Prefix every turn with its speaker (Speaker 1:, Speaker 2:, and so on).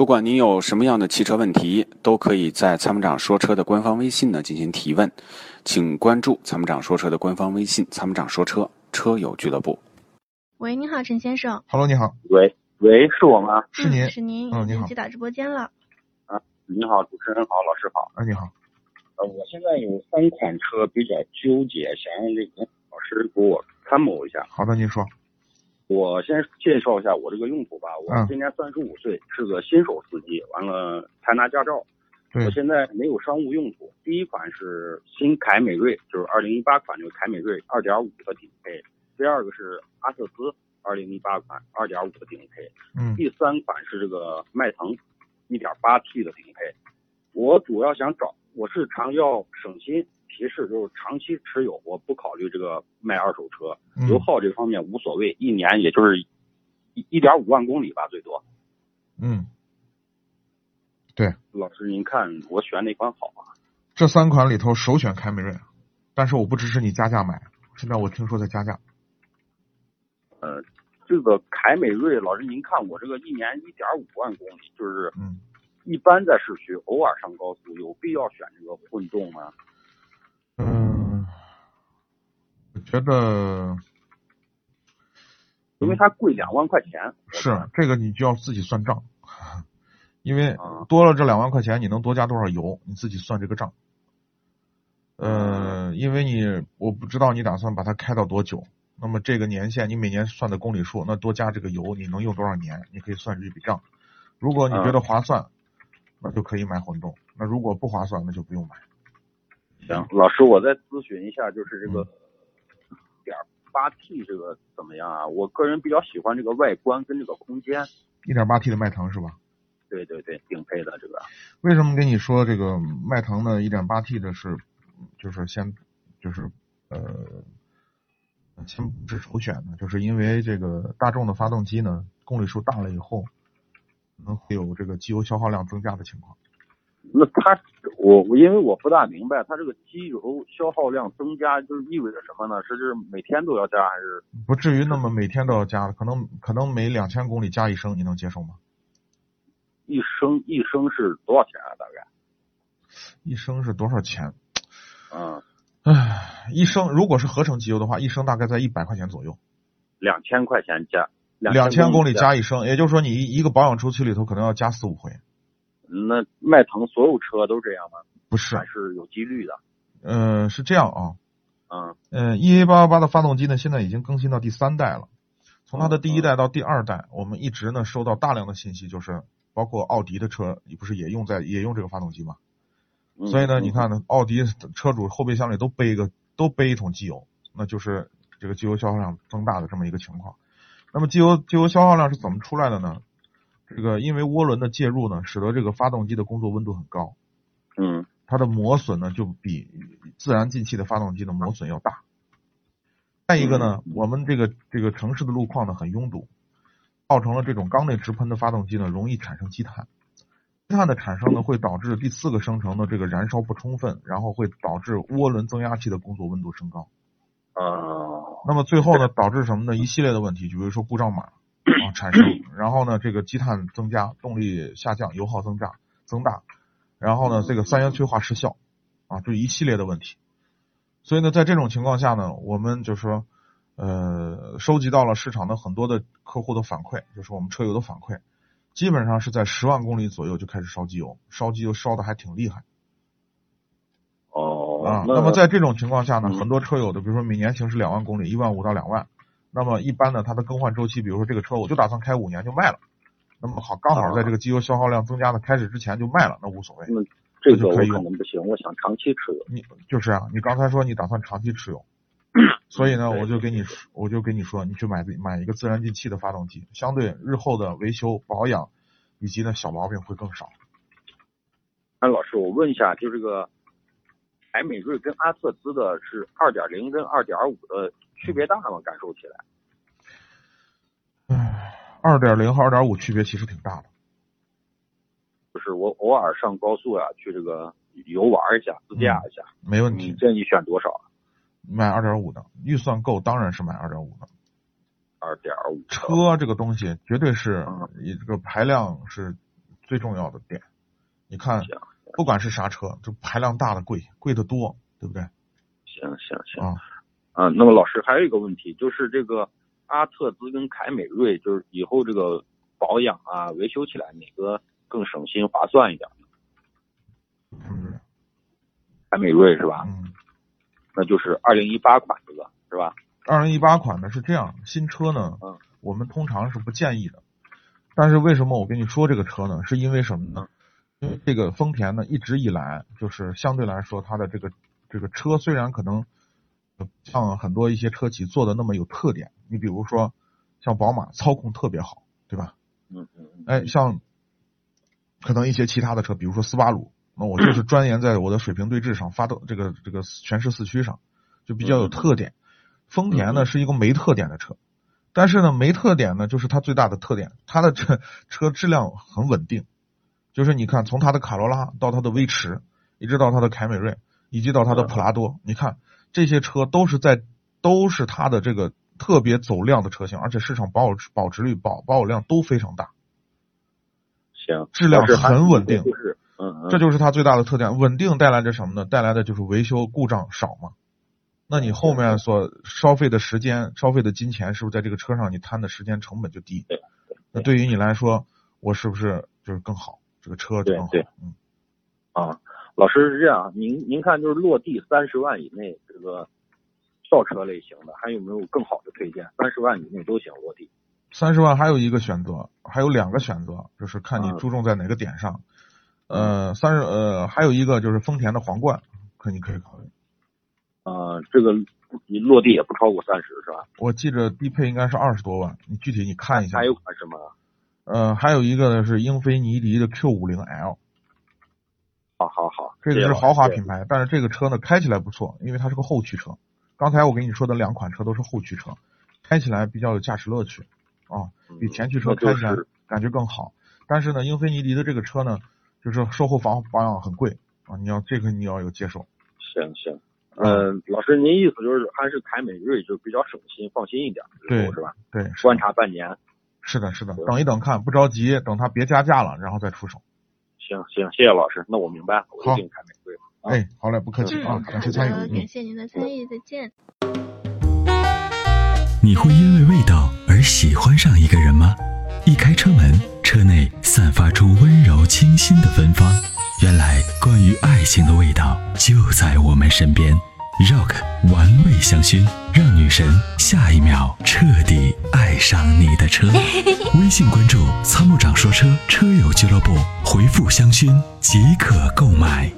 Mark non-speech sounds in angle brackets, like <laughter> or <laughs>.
Speaker 1: 不管您有什么样的汽车问题，都可以在参谋长说车的官方微信呢进行提问，请关注参谋长说车的官方微信“参谋长说车车友俱乐部
Speaker 2: 喂，你好，陈先生，
Speaker 3: Hello，你好，
Speaker 4: 喂喂，是我吗？
Speaker 2: 嗯
Speaker 3: 是您
Speaker 2: 是您，已
Speaker 3: 嗯你
Speaker 2: 经
Speaker 3: 好
Speaker 2: 击打直播间了。
Speaker 4: 你好，主持人好，老师好。
Speaker 3: 啊，你好，
Speaker 4: 呃，我现在有三款车比较纠结，想让这个老师给我参谋一下。
Speaker 3: 好的，您说，
Speaker 4: 我先介绍一下我这个用途吧。
Speaker 3: 嗯
Speaker 4: 我今年三十五岁，是个新手司机，完了才拿驾照。
Speaker 3: 对
Speaker 4: 我现在没有商务用途。第一款是新凯美瑞，就是二零一八款这个凯美瑞二点五的顶配。第二个是阿特兹二零一八款二点五的顶配。
Speaker 3: 嗯
Speaker 4: 第三款是这个迈腾 1.8T 的顶配。我主要想找，我是常要省心，提示就是长期持有，我不考虑这个卖二手车，
Speaker 3: 嗯
Speaker 4: 油耗这方面无所谓，一年也就是一一点五万公里吧，最多。
Speaker 3: 嗯，
Speaker 4: 老师，您看我选哪款好啊？
Speaker 3: 这三款里头首选凯美瑞，但是我不支持你加价买，现在我听说在加价，
Speaker 4: 这个凯美瑞，老师您看我这个一年一点五万公里，就是
Speaker 3: 嗯，
Speaker 4: 一般在市区，偶尔上高速，有必要选这个混动吗？
Speaker 3: 嗯，我觉得
Speaker 4: 因为它贵两万块钱。我
Speaker 3: 嗯是
Speaker 4: 看
Speaker 3: 这个，你就要自己算账， <laughs> 因为
Speaker 4: 啊
Speaker 3: 多了这两万块钱，你能多加多少油，你自己算这个账。呃，因为你我不知道你打算把它开到多久，那么这个年限你每年算的公里数，那多加这个油你能用多少年，你可以算这笔账。如果你觉得划算，那就可以买混动；那如果不划算，那就不用买。
Speaker 4: 行，老师，我再咨询一下，就是这个
Speaker 3: 嗯
Speaker 4: 点八 T 这个怎么样啊？我个人比较喜欢这个外观跟这个空间。
Speaker 3: 一点八 T 的迈腾是吧？
Speaker 4: 对对对，顶配的这个。
Speaker 3: 为什么跟你说这个迈腾的 1.8T 的是，就是先就是呃，先不是首选呢？就是因为这个大众的发动机呢，公里数大了以后，可能会有这个机油消耗量增加的情况。
Speaker 4: 那它，我我因为我不大明白，它这个机油消耗量增加，就是意味着什么呢？是是每天都要加还是？
Speaker 3: 不至于那么每天都要加，可能可能每两千公里加一升，你能接受吗？
Speaker 4: 一升一升是多少钱啊？大概？
Speaker 3: 一升是多少钱？
Speaker 4: 嗯，
Speaker 3: 唉，一升如果是合成机油的话，一升大概在一百块钱左右。
Speaker 4: 两千块钱加。
Speaker 3: 两千公里
Speaker 4: 加。
Speaker 3: 加一升，也就是说你一一个保养周期里头可能要加四五回。
Speaker 4: 那迈腾所有车都这样吗？
Speaker 3: 不是
Speaker 4: 还，是有几率的？
Speaker 3: 嗯、是这样啊，
Speaker 4: 嗯
Speaker 3: 嗯，E A 八八八的发动机呢，现在已经更新到第三代了。从它的第一代到第二代，我们一直呢收到大量的信息，就是包括奥迪的车不是也用在也用这个发动机嘛？
Speaker 4: 嗯。
Speaker 3: 所以呢，
Speaker 4: 嗯
Speaker 3: 你看呢，奥迪车主后备箱里都背一个都背一桶机油，那就是这个机油消耗量增大的这么一个情况。那么机油机油消耗量是怎么出来的呢？这个因为涡轮的介入呢，使得这个发动机的工作温度很高，
Speaker 4: 嗯
Speaker 3: 它的磨损呢就比自然进气的发动机的磨损要大。再一个呢，我们这个这个城市的路况呢很拥堵，造成了这种缸内直喷的发动机呢容易产生积碳，积碳的产生呢会导致第四个生成的这个燃烧不充分，然后会导致涡轮增压器的工作温度升高。
Speaker 4: 啊。
Speaker 3: 那么最后呢，导致什么呢？一系列的问题，就比如说故障码啊产生，然后呢，这个积碳增加，动力下降，油耗增加增大，然后呢，这个三元催化失效啊，就一系列的问题。所以呢，在这种情况下呢，我们就说，呃，收集到了市场的很多的客户的反馈，就是我们车友的反馈，基本上是在十万公里左右就开始烧机油，烧机油烧的还挺厉害。
Speaker 4: 哦，
Speaker 3: 啊，那么在这种情况下呢，
Speaker 4: 嗯
Speaker 3: 很多车友的，比如说每年行驶两万公里，一万五到两万，那么一般呢，它的更换周期，比如说这个车我就打算开五年就卖了，那么好刚
Speaker 4: 哦
Speaker 3: 好在这个机油消耗量增加的开始之前就卖了，那无所谓。
Speaker 4: 这个我
Speaker 3: 这就可以
Speaker 4: 可
Speaker 3: 用
Speaker 4: 能不行，我想长期持有。
Speaker 3: 你就是啊，你刚才说你打算长期持
Speaker 4: <coughs>
Speaker 3: 有，所以呢，
Speaker 4: 对
Speaker 3: 我就跟你说，我就跟你说，你去买自买一个自然进气的发动机，相对日后的维修保养以及呢小毛病会更少。
Speaker 4: 哎，老师，我问一下，就这个凯美瑞跟阿特兹的是二点零跟二点五的区别大吗？感受起来？嗯
Speaker 3: 唉，二点零和二点五区别其实挺大的。
Speaker 4: 就是我偶尔上高速呀、去这个游玩一下，自驾一下。
Speaker 3: 没问
Speaker 4: 你
Speaker 3: 题，
Speaker 4: 建议选多少？啊嗯
Speaker 3: 买二点五的，预算够当然是买二点五的。
Speaker 4: 二点五。
Speaker 3: 车这个东西绝对是
Speaker 4: 嗯
Speaker 3: 以这个排量是最重要的点。你看
Speaker 4: 行，
Speaker 3: 不管是啥车，就排量大的贵，贵的多，对不对？
Speaker 4: 行行行
Speaker 3: 啊，
Speaker 4: 啊，那么老师还有一个问题，就是这个阿特兹跟凯美瑞，就是以后这个保养啊、维修起来哪个更省心划算一点？嗯
Speaker 3: 是不是？
Speaker 4: 凯美瑞是吧？
Speaker 3: 嗯，
Speaker 4: 那就是二零一八款这个是吧？
Speaker 3: 二零一八款呢是这样，新车呢
Speaker 4: 嗯，
Speaker 3: 我们通常是不建议的。但是为什么我跟你说这个车呢？是因为什么呢？因为这个丰田呢，一直以来就是相对来说，它的这个这个车虽然可能呃像很多一些车企做的那么有特点，你比如说像宝马操控特别好，对吧？
Speaker 4: 嗯嗯嗯。
Speaker 3: 哎，像可能一些其他的车，比如说斯巴鲁，那我就是钻研在我的水平对置上，发动这个这个全时四驱上，就比较有特点。丰田呢是一个没特点的车，但是呢没特点呢就是它最大的特点，它的车车质量很稳定，就是你看从它的卡罗拉到它的威驰，一直到它的凯美瑞，以及到它的普拉多，你看这些车都是在都是它的这个特别走量的车型，而且市场保有保值率保保有量都非常大。
Speaker 4: 行，
Speaker 3: 质量很稳定
Speaker 4: 就是，嗯嗯，
Speaker 3: 这就是它最大的特点。稳定带来着什么呢？带来的就是维修故障少嘛。那你后面所消费的时间、消费的金钱，是不是在这个车上你摊的时间成本就低
Speaker 4: 对？
Speaker 3: 那对于你来说，我是不是就是更好？这个车就更好
Speaker 4: 对对。
Speaker 3: 嗯，
Speaker 4: 啊，老师是这样，您您看就是落地三十万以内这个轿车类型的，还有没有更好的推荐？三十万以内都行，落地。
Speaker 3: 三十万还有一个选择，还有两个选择，就是看你
Speaker 4: 嗯
Speaker 3: 注重在哪个点上。呃，三十呃，还有一个就是丰田的皇冠，可你可以考虑。
Speaker 4: 啊，这个落地也不超过三十是吧？
Speaker 3: 我记着低配应该是二十多万，你具体你看一下。
Speaker 4: 还有款什么？
Speaker 3: 呃，还有一个呢是英菲尼迪的 Q 五零 L，
Speaker 4: 好好好，
Speaker 3: 这个
Speaker 4: 谢谢
Speaker 3: 是
Speaker 4: 老师
Speaker 3: 豪华
Speaker 4: 谢谢
Speaker 3: 品牌，但是这个车呢开起来不错，因为它是个后驱车。刚才我给你说的两款车都是后驱车，开起来比较有驾驶乐趣啊，比前驱车
Speaker 4: 嗯那
Speaker 3: 开
Speaker 4: 就
Speaker 3: 起来
Speaker 4: 是
Speaker 3: 感觉更好。但是呢，英菲尼迪的这个车呢，就是售后保保养很贵啊，你要这个你要有接受。
Speaker 4: 行行，嗯，老师您意思就是还是凯美瑞就比较省心，放心一点，
Speaker 3: 对
Speaker 4: 是吧？
Speaker 3: 对，是
Speaker 4: 观
Speaker 3: 的
Speaker 4: 察半年，
Speaker 3: 是的，是的
Speaker 4: 对，
Speaker 3: 等一等看，不着急，等它别加价了，然后再出手。
Speaker 4: 行行，谢谢老师，那我明白了，我
Speaker 3: 好
Speaker 4: 一定凯美瑞。啊
Speaker 3: 哎，好嘞，不客气
Speaker 2: 嗯，
Speaker 3: 啊，感谢参与
Speaker 2: 好的，。
Speaker 3: 嗯
Speaker 2: 感谢您的参与，再见。
Speaker 5: 你会因为味道而喜欢上一个人吗？一开车门，车内散发出温柔清新的芬芳。原来，关于爱情的味道就在我们身边。Rock 玩味香薰，让女神下一秒彻底爱上你的车。微信关注“参谋长说车”车友俱乐部，回复“香薰”即可购买。